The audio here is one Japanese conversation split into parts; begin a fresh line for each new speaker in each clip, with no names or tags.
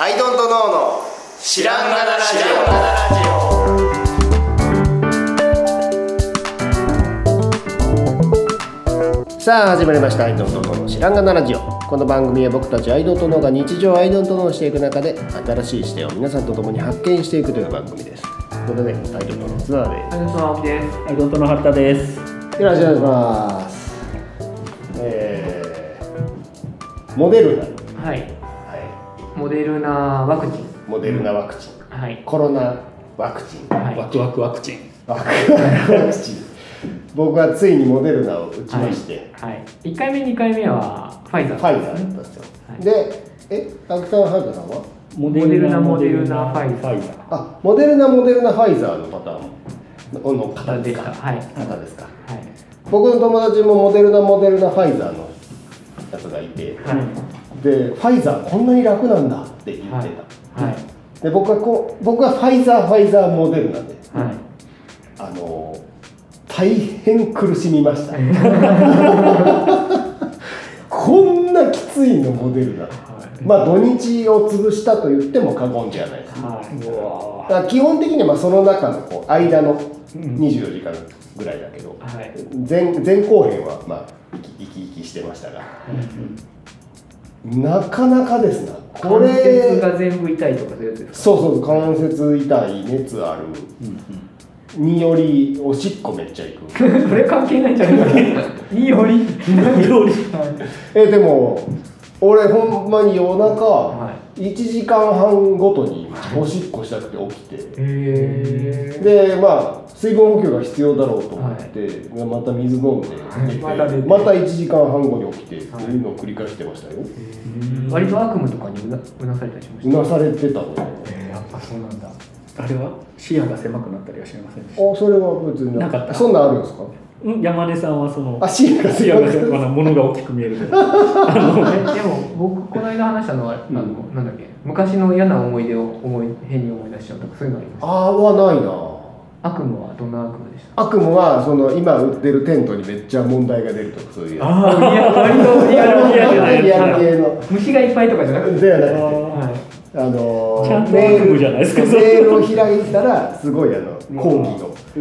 アイドントノーの知らんがなラジオさあ始まりました「アイドントノーの知らんがなラジオ」この番組は僕たちアイドントノーが日常アイドントノーしていく中で新しい視点を皆さんと共に発見していくという番組ですということでアイドントノーツアーで
ありがとう青木です。
はい、ドントの春田です。
すよろしくお願いしますえー、モデルナ、
はい。
は
モデルナワクチン。
い、モデルナワクチン
はい。
コロナワクチン
はい。
ワクワクワクチン。
ワクワクワクチン 僕はついにモデルナを打ちまして、
はい。一回目二回目はファイザー。
ファイザーだったんですよ、
はい
でえアクターハルタさんは
モ
デルナモデルナファイザ
ファ
ー
イザー。
あモデルナモデルナファイザーのパターンの
ザ
方
ーで
で
し
す
た。
か
はい。はい。
方ですか僕の友達もモデルナモデルナファイザーのやつがいて
はい。
でファイザーこんなに楽なんだって言ってた、
はい。はい。
で僕はこう僕はファイザーファイザーモデルナで
はい。
あのー大変苦しみました こんなきついのモデルナまあ土日を潰したと言っても過言じゃないですだ
はい。
うわ
から基本的にはまあその中のこう間の
うん
24時間ぐらいだけど、
はい
前前後編はまあ生き生き生きしてましたがなかなかですなこ
関節
れ
が全部痛いとかそういうやつです
そうそう関節痛い熱あるによりおしっこめっちゃいく
か。これ関係ないんじゃないですか。いいより。
料理。
えでも俺ほんまに夜中
は
1時間半ごとにおしっこしたくて起きて
へえ。
でまあ水分補給が必要だろうと思って、また水飲んで寝て
また寝て
また1時間半後に起きてって
はい
いうのを繰り返してましたよ
割と悪夢とかにうなうなされたりしま
う
し
なされてたのよ
えやっぱそうなんだ。あれは視野が狭くなったりはしませんでした。
あそれは別に
なかった
そんなんあるんですか
うん、山根さんはその
あ視野が
視
狭
野
くな
が
る
狭くなものが大きく見える。
た。えでも僕この間話したのはあのなんだっけ昔の嫌な思い出を思い変に思い出しちゃうとかそういうのありました。
あーはないな
悪夢はどんな悪夢でした
悪夢はその今売ってるテントにめっちゃ問題が出るとかそういうや
あ
いや割とリアルリアル
つ
じゃな
ー
い
リアル系の
虫がいっぱいとかじゃなくて
ではなくて
あ。
はい
あの
ちゃんと
メ
悪
ール
夢じゃないですかそれ
メールを開いたらすごいあの講義の
う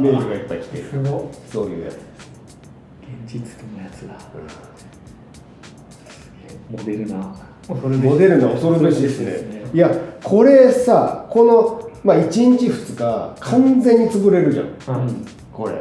メ
わ
ールがいっぱい来てる
すご
そういうやつ
現実とのやつだ。モデルナ。
恐るべ
モ
し
デルナ恐るべしです
恐るべし
ね
ですね
いやこれさこの、まあ、1日2日完全に潰れるじゃん
はい
これ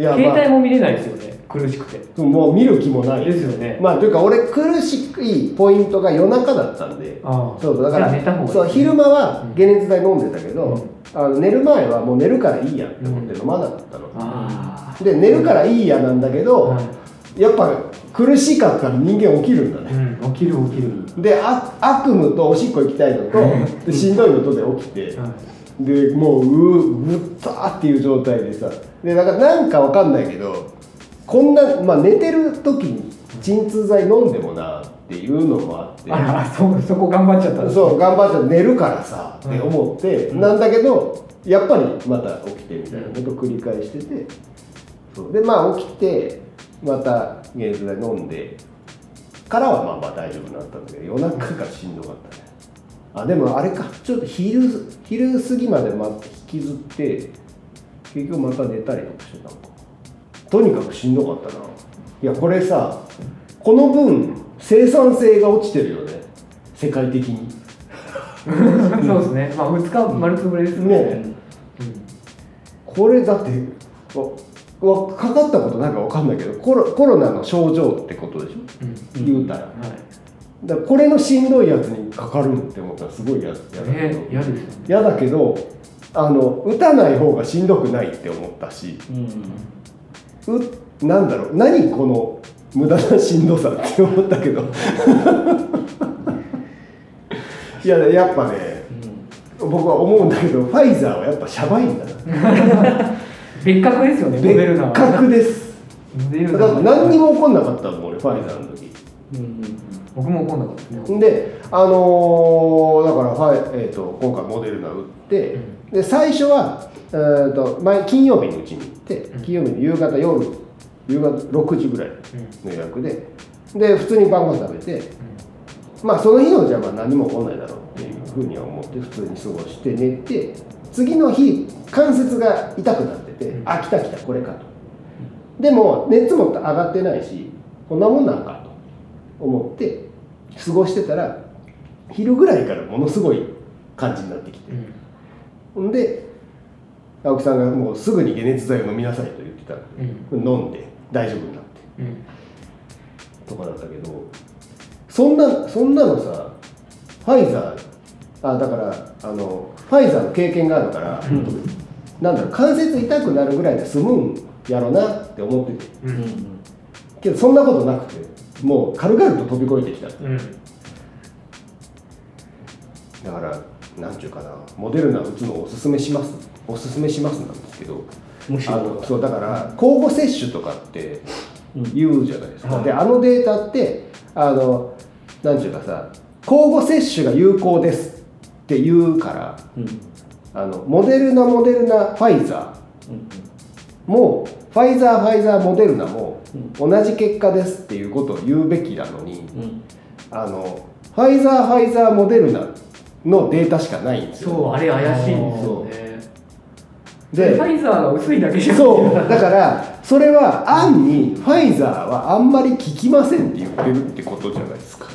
いや
携
ま
帯
あ
も見れないですよね苦しくて
そうもう見る気もない
ですよね
まあというか俺苦しいポイントが夜中だったんで
ああ
そうそうだから
じゃあ寝た方がいい
そう昼間は
うん
解熱剤飲んでたけど、
うん
あの寝る前はもう寝るからいいやって思って飲まなかったの、
あ
で寝るからいいやなんだけ
あ
ど、
は
やっぱ苦しかったら人間起きるんだ
い
ね
うん起きる起きる
であ悪夢とおしっこ行きたいのとでしんどいのとで起きて
はい
でもううーうったーっていう状態でさでなんかなんかわかんないけどこんな、まあ、寝てる時に鎮痛剤飲んでもなっていうのもあって
ああそうそこ頑張っちゃったんです
そう頑張って寝るからさって
うん
思って、なんだけどやっぱりまた起きてみたいなことを繰り返しててそうでまあ起きてまた解熱剤飲んでからはまあまあ大丈夫になったんだけど夜中がしんどかったねあでもあれかちょっと昼昼過ぎまで待って引きずって結局また寝たりとかしてたのかとにかくしんどかったないやこれさこの分生産性が落ちてるよね世界的に
そうですねまあ2日丸つぶれです
ね
ね
これだってわわかかったことなんかわかんないけどコロコロナの症状ってことでしょ
うん
うん
言うたらだか
はい
らこれのしんどいやつにかかるって思ったらすごい嫌だけど
え嫌ですよね
嫌だけどあの打たない方がしんどくないって思ったし
うん。
うなんだろう何この無駄なしんどさって思ったけど いややっぱね僕は思うんだけどファイザーはやっぱシャバいんだな
別格ですよねモデルナは
別格です
モデルナ
だって
は
何にも起こんなかったもん俺ファイザーの時
うん。
僕も怒んなかったですね
であのーだからファイ、えー、と今回モデルナ打って、
うん
で最初は、えー、と前金曜日のうちに行って、
うん
金曜日の夕方夜夕方6時ぐらい
うん
の予約でで普通に晩ご飯食べて
うん
まあその日のじゃあまあ何も起こんないだろうっていうふうには思って普通に過ごして寝て次の日関節が痛くなってて、
うん
あ来た来たこれかとでも熱も上がってないしこんなもんなんかと思って過ごしてたら昼ぐらいからものすごい感じになってきて
うん
ほんで青木さんがもうすぐに解熱剤を飲みなさいと言ってたの
うん
飲んで大丈夫になって
うん
とかだったけどそんなそんなのさファイザーあだからあのファイザーの経験があるから、なんだろう関節痛くなるぐらいで済むんやろなって思ってて
うん
けどそんなことなくてもう軽々と飛び越えてきた
うん
だからなんちゅうかなモデルナ打つのをおすすめしますおすすめしますなんですけど
むし
あ
ろ
のそうだから交互接種とかって
うん
言うじゃないですか、
はい
であのデータってあのなんちゅうかさ交互接種が有効ですって言うから
うんうん
あのモデルナモデルナファイザ
うん
ーもファイザーファイザーモデルナも
うん
同じ結果ですっていうことを言うべきなのに
うん
あのファイザーファイザーモデルナのデータしかないんですよ
そうあれ怪しいんですよね
で
ファイザーが薄いだけじゃん
そうだからそれは暗にファイザーはあんまり効きませんって言ってるってことじゃないですか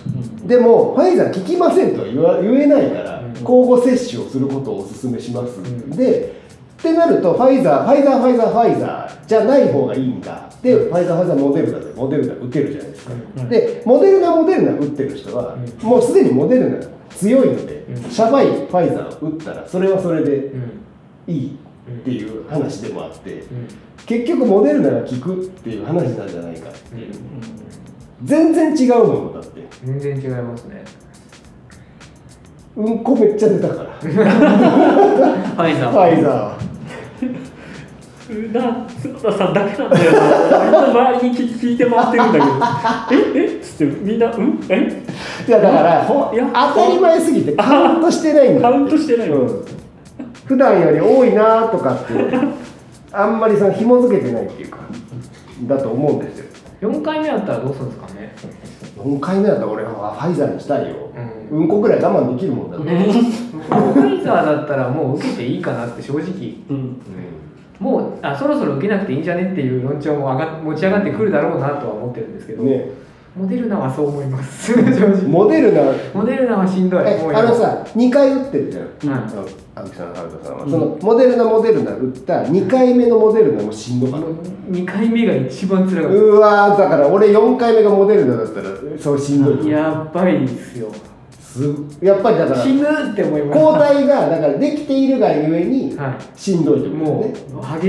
でもファイザー効きませんとは言わ言えないから
うん
交互接種をすることをお勧めします、
ん
でってなるとファイザーファイザーファイザーファイザーじゃない方がいいんだで、ファイザーファイザーモデルナでモデルナ打てるじゃないですか、
うん
でモデルナモデルナ打ってる人は、
う
もうすでにモデルナ強いので、
うん
シャバいファイザーを打ったらそれはそれで
うん
いいっていう話でもあって、
うん
結局モデルナが効くっていう話なんじゃないかっていう、
うん
全然違うものだって
全然違いますね
うんこめっちゃ出たから フ
ファイザー
ァイザーは
うな角田さんだけなんだよな割と周りに聞聞いて回ってるんだけどええっつってみんなうんえ
いやだから
ほいや
当たり前すぎて カウントしてないんだ
カウントしてないの
うん、普段より多いなとかってあんまりその紐付けてないっていうかだと思うんですよ
4回目やったらどうするんですかね
4回目だったら俺はファイザーにしたいよ、
う
うん、こぐらい我慢できるもんだって、
ねファイザーだったらもう受けていいかなって正直
うん
もうあそろそろ受けなくていいんじゃねっていう論調も上が持ち上がってくるだろうなとは思ってるんですけ
う
ど、
んね
モデルナはそう思います正直
モデルナ
モデルナはしんどい
え
もう
あのさ2回打ってるじゃん
うん
あの青木さん、原田さんは、そのモデルナ、モデルナ打った2回目のモデルナもしんどかった、
2回目が一番辛かっ
うわー、だから俺4回目がモデルナだったら、そうしんど
た
い、
やばいですよ
すやっぱりだから、
死ぬって思いま
抗体がだからできているがゆえに
す、は
しんどいって
い、
こと
も
ね、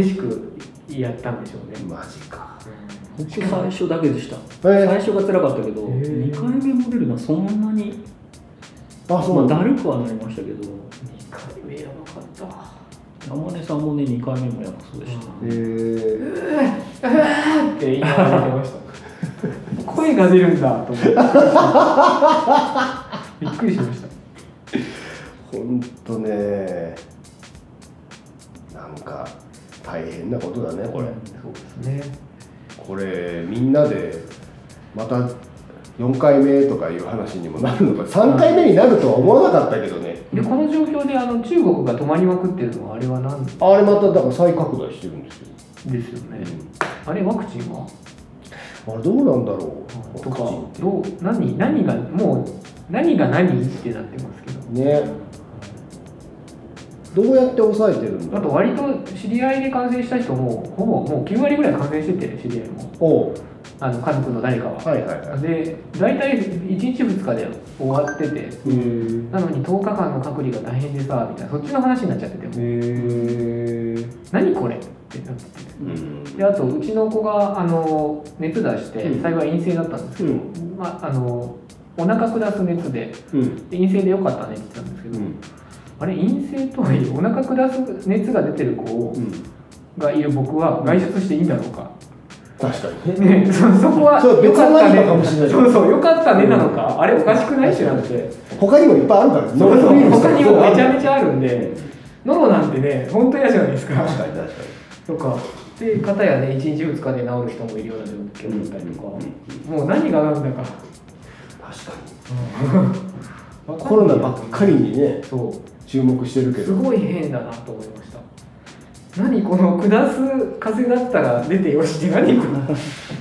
う激しくやったんでしょうね、
マジか、
うん
僕最初だけでした
え
最初が辛かったけど
へー
2回目モデルナそんなに
あそう
ま
なんだ、
あだるくはなりましたけど
2回目やばかった
山根さんもね2回目もやっぱそうでした
えー、
って言いながら見てました声が出るんだと思ってびっくりしました
ほんとね、なんか大変なことだね、これ。
そうですね
これみんなでまた4回目とかいう話にもなるのか3回目になるとは思わなかったけどね
でこの状況であの中国が止まりまくってるのはあれは何です
あれまただから再拡大してるんですよ、
よねあれワクチンは
あれどうなんだろう
とかどう何何がもう何が何ってなってますけど
ねどうやって抑えてるんだ
あと割と知り合いで感染した人もほぼもう9割ぐらい感染してて知り合いも
おう
あの家族の誰かは、
はいはいはい
で大体1日2日で終わってて
へー
なのに10日間の隔離が大変でさみたいなそっちの話になっちゃっててもう
へー
何これってなってて
うん
であとうちの子があの熱出して
うん
幸い陰性だったんですけど、
うん
まあ、あのお腹下す熱で
うん
で陰性でよかったねって言ってたんですけど、
うん
あれ陰性とはいえお腹下す熱が出てる子
うん
がいる僕は外出していいんだろうか、
確かにね
ね、そそこは
そう
よかった
別の何
ね
かかもしれない
そうそうよかったねなのか、あれおかしくないってなって
他にもいっぱいあるからね
そうそう他にもめちゃ
ち
めちゃあるんでノロなんてね本当嫌じゃないですか
確かに確かに
とかで片やね1日2日で治る人もいるような状況だったりとか、
うんうん
もう何が何だか
確かにコロナばっかりにね
そう
注目してるけ
す
ど
ごい変だなと思いました何この下す風だったら出てよしって何この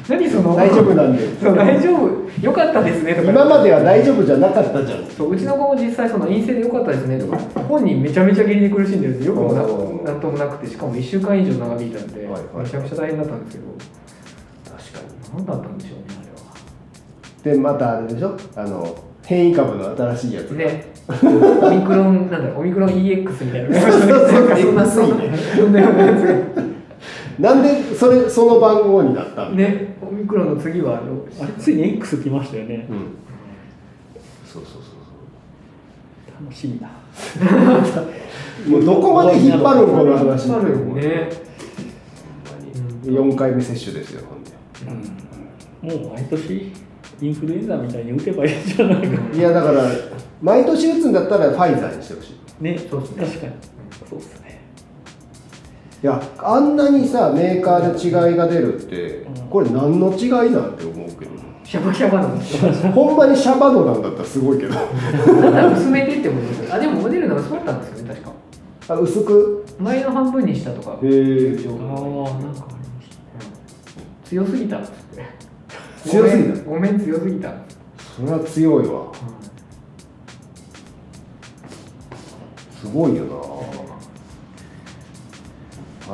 何その
大丈夫なんで
そう大丈夫よかったですねとか
今までは大丈夫じゃなかったじゃん
そううちの子も実際その陰性でよかったですねとか本人めちゃめちゃ下痢で苦しんでるんでよくもな
おー
なんともなくてしかも1週間以上長引いたんで、
はいはい
めちゃくちゃ大変だったんですけど確かに何だったんでしょうね
でまたあれでしょあの変異株の新しいやつ
あれはね オミクロンなんだろうオミクロン EX みたいな なんかそんなそんなそんなようなやつが
なんでそれその番号になったの、
ね、オミクロンの次はあの
あれついに X 来ましたよね
う、ん、そうそうそうそ
楽しいな
うもうどこまで引っ張るのこの話
なるよね。
4回目接種ですよほんで
もう毎年インフルエンザみたいに打てばいいんじゃないか
いやだから毎年打つんだったらファイザーにしてほしい
ね
そうっすね
確かにそうですね
いやあんなにさメーカーで違いが出るって
うん
これ何の違いなんて思うけど
シャバシャバなんですよ。
ほんまにシャバドなんだったらすごいけど
だったら薄めてってことですよ。あ、でもモデルナはそうだったんですよね、確か。
あ薄く
前の半分にしたとか。
へ
あ
ー
あなんかありました
強すぎたっつって。
強すぎた
ごめん、ごめん強すぎた。うん
それは強いわすごいよ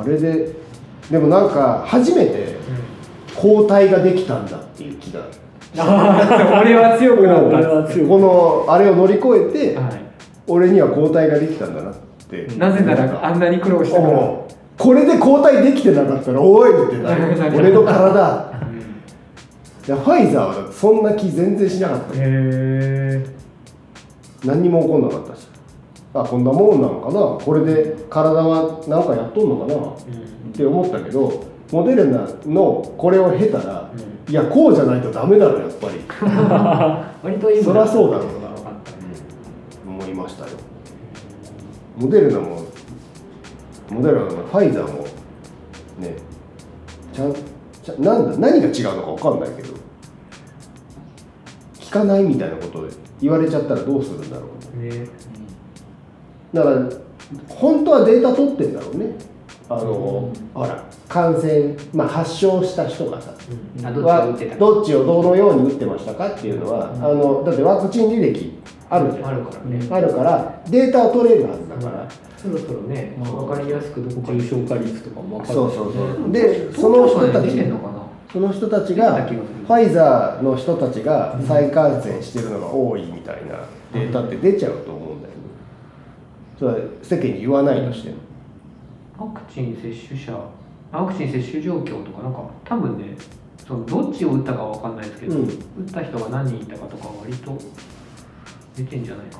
なあれででもなんか初めて抗体ができたんだっていう気が
俺は強くな
こ
っ
れは強い
のあれを乗り越えて、
た。はい
俺には抗体ができたんだなって
なぜならあんなに苦労したから。
おうこれで抗体できてなかったらおいってなる俺の体いやファイザーはそんな気全然しなかった
へ
何にも起こんなかったしあこんなもんなのかなこれで体はなんかやっとんのかなって思ったけどモデルナのこれを経たら、いやこうじゃないとダメだろやっぱり
割と今
そりゃそうだろうな思いましたよモデルナもモデルナもファイザーもねちゃんちゃんなんだ何が違うのか分かんないけど聞かないみたいなこと言われちゃったらどうするんだろう
ね
だから本当はデータ取ってんだろうねあの、ほら感染、まあ、発症した人がさ、
あ
は
どっちが打ってたか
どっちをどのように打ってましたかっていうのは、あのだってワクチン履歴あるじゃん
あるからね。
あるからデータを取れるはずだから、
そろそろね、
まあ
わかりやすくどこか
重症化率とかも分かる
そうそうそうでその人た
出
ち
てんのかな。
その人たちが
出てた気がする
ファイザーの人たちが再感染してるのが多いみたいなデータって出ちゃうと思うんだよねそれは世間に言わないとしても
ワクチン接種者、ワクチン接種状況とかなんか多分ね、そのどっちを打ったかわかんないですけど、
うん
打った人が何人いたかとかは割と出てんじゃないか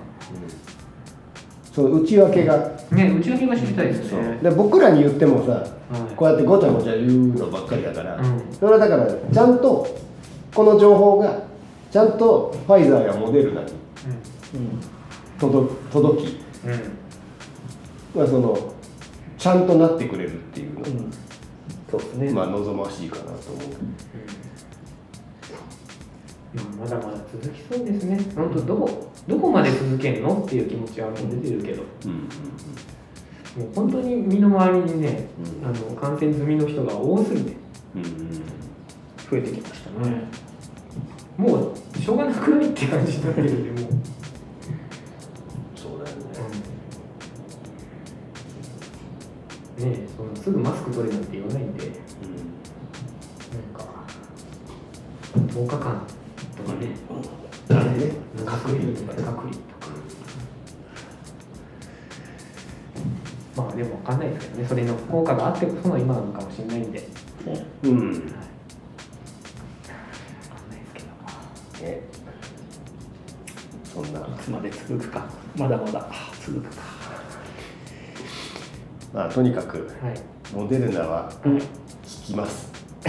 その内訳が
な。ね、内訳が知りたいですね。
で僕らに言ってもさ
はい
こうやってごちゃごちゃ言うのばっかりだから、
うん
それはだからちゃんとこの情報がちゃんとファイザーやモデルナに届く届き、
うん。うん。
まあ、そのちゃんとなってくれるっていうのが、
そうですね
まあ、望ましいかなと思う
うんまだまだ続きそうですね。本当どこどこまで続けんのっていう気持ちはもう出てるけど、
うんうん
もう本当に身の回りにね、
うん
あの感染済みの人が多すぎて
うんうん
増えてきましたね。もうしょうがなくないって感じになってるんで、もう。
そうだよね
ねえそのすぐマスク取れなんて言わないんでなんか10日間とかね
うんあれね
隔離とか隔離とかまあでも分かんないですけどねそれの効果があってこその今なのかもしれないんで
うんね
分かんないですけど
そんない
つまで続くかまだまだ続くか
まあとにかく
はい
モデルナは
うん
効きます、
効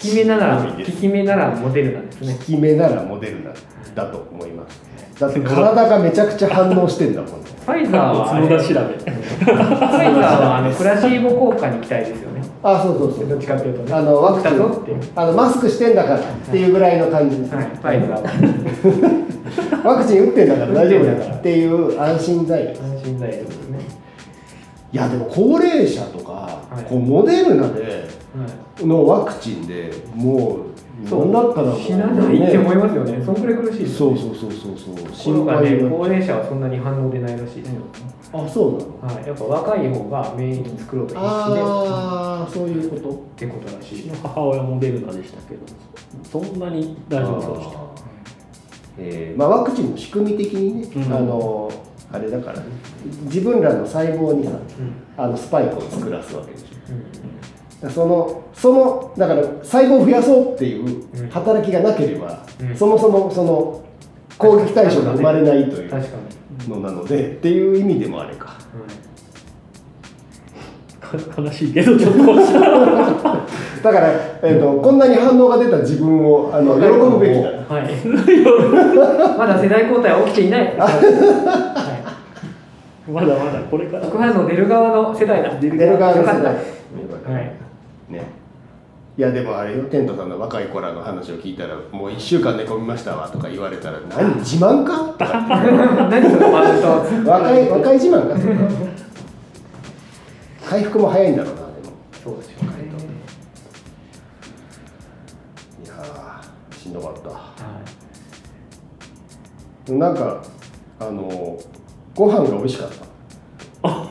き目なら
いい
効
です
き目ならモデルナですね
効き目ならモデルナだと思いますだって体がめちゃくちゃ反応してんだもん
ファイザーはあれ
角田調べ
ファイザーはあのプラシーボ効果に期待ですよね。
あそうそうそう
どっちかっていうとね
あのワクチ
来たぞっていう
ンあのマスクしてんだからっていうぐらいの感じです、
はい、ファイザーは
ワクチン打ってんだから大丈夫だ
打ってんだ
か
からら
っていう安心材料
安心材料ですね。
いやでも高齢者とか、
い
こうモデルナで
はい。
のワクチンでもうなんだったらもう
死なないって思いますよね。そんくらい苦しいです
そ
よ
う
ね。
そうそうそうそう
ところがね、
になっ
高齢者はそんなに反応出ないらしいですよ。
あそうなの
はい。やっぱ若い方が免疫作ろうと必死で
ああそういうこと
ってことらしい
ちの母親もデルナでしたけどそんなに大丈夫そうでした
あーえーまあ、ワクチンの仕組み的にね、
うん
あのあれだからね自分らの細胞にさ
うん。
あのスパイクを作らすわけでしょ
う
だからそのそのだから細胞を増やそうっていう働きがなければ、
うん
そもそもその攻撃対象が生まれないとい
ん。
う
確かに。
のなのでっていう意味でもあれか
か悲しいけどちょっと
だから、えー、とこんなに反応が出た自分をあの喜ぶべきだ
はい。 まだ世代交代は起きて いない。は
まだまだこれか
い。
ら
僕はその出る側の世代だ。
出る側の世代
よかっ
はいねいやでもあれよテントさんの若い子らの話を聞いたら「もう1週間寝込みましたわ」とか言われたら「何自慢か?」とか
た何そのマウント。
若い若い自慢かそれは回復も早いんだろうなでも
そうでしょうね。
いやーしんどかっ
は
たなんかあのご飯が美味しかった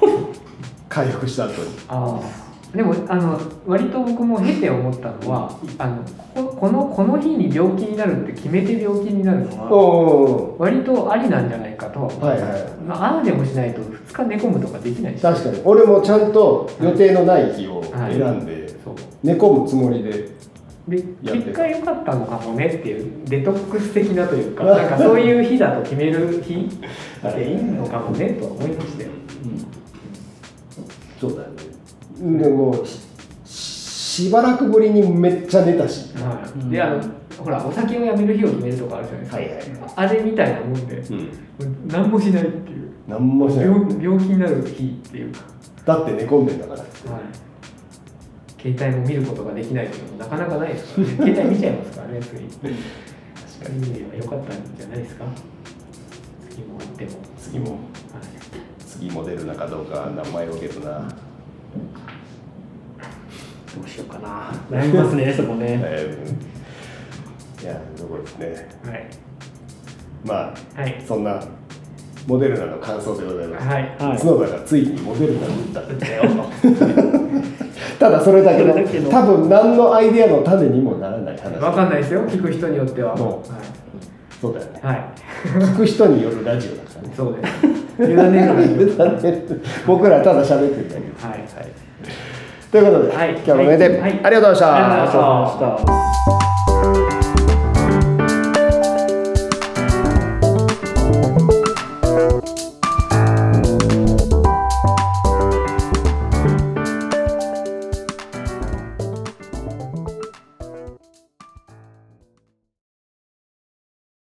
回復した後 に
ああでもあの割と僕も経て思ったのはあのここのこの日に病気になるって決めて病気になるのは
お
割とありなんじゃないかとは思う、
はいはい
まあああでもしないと2日寝込むとかできないし
確かに俺もちゃんと予定のない日を選んで
そう
寝込むつもりで
で
やってた
結果良かったのかもねっていうデトックス的な というかなんかそういう日だと決める日でいいのかもねとは思いましたよ
そうだよねでもししばらくぶりにめっちゃ寝たし
はい、であのほらお酒をやめる日を決めるとかあるじゃないですか、
はいはい
あれみたいなもんで
うん
何もしないっていう
何もしない
病病気になる日っていうか、
だって寝込んでんだからって
携帯も見ることができないっていうのもなかなかないです からね携帯見ちゃいますからね次確かに見ればよかったんじゃないですか次もあっても、
次も
はい
次も出るのかどうか名前をけどな
どうしようかな悩みますねそこね
えーいやどこですね
はい
まあ
はい
そんなモデルナの感想でございます、
はい
はい
角田がついにモデルナを打っ
だよ
たただそれだけの
それだけの
多分何のアイデアの種にもならない
分
話
かんないですよ聞く人によっては
そ
はい
そうだよね
はい
聞く人によるラジオだからね
そうです。 油断ねえからい いよ
僕らただ喋ってるだけです。
はい
ということで、
はい
今日もこれで、
はい
ありがとうございました。
ありがとうございました
明日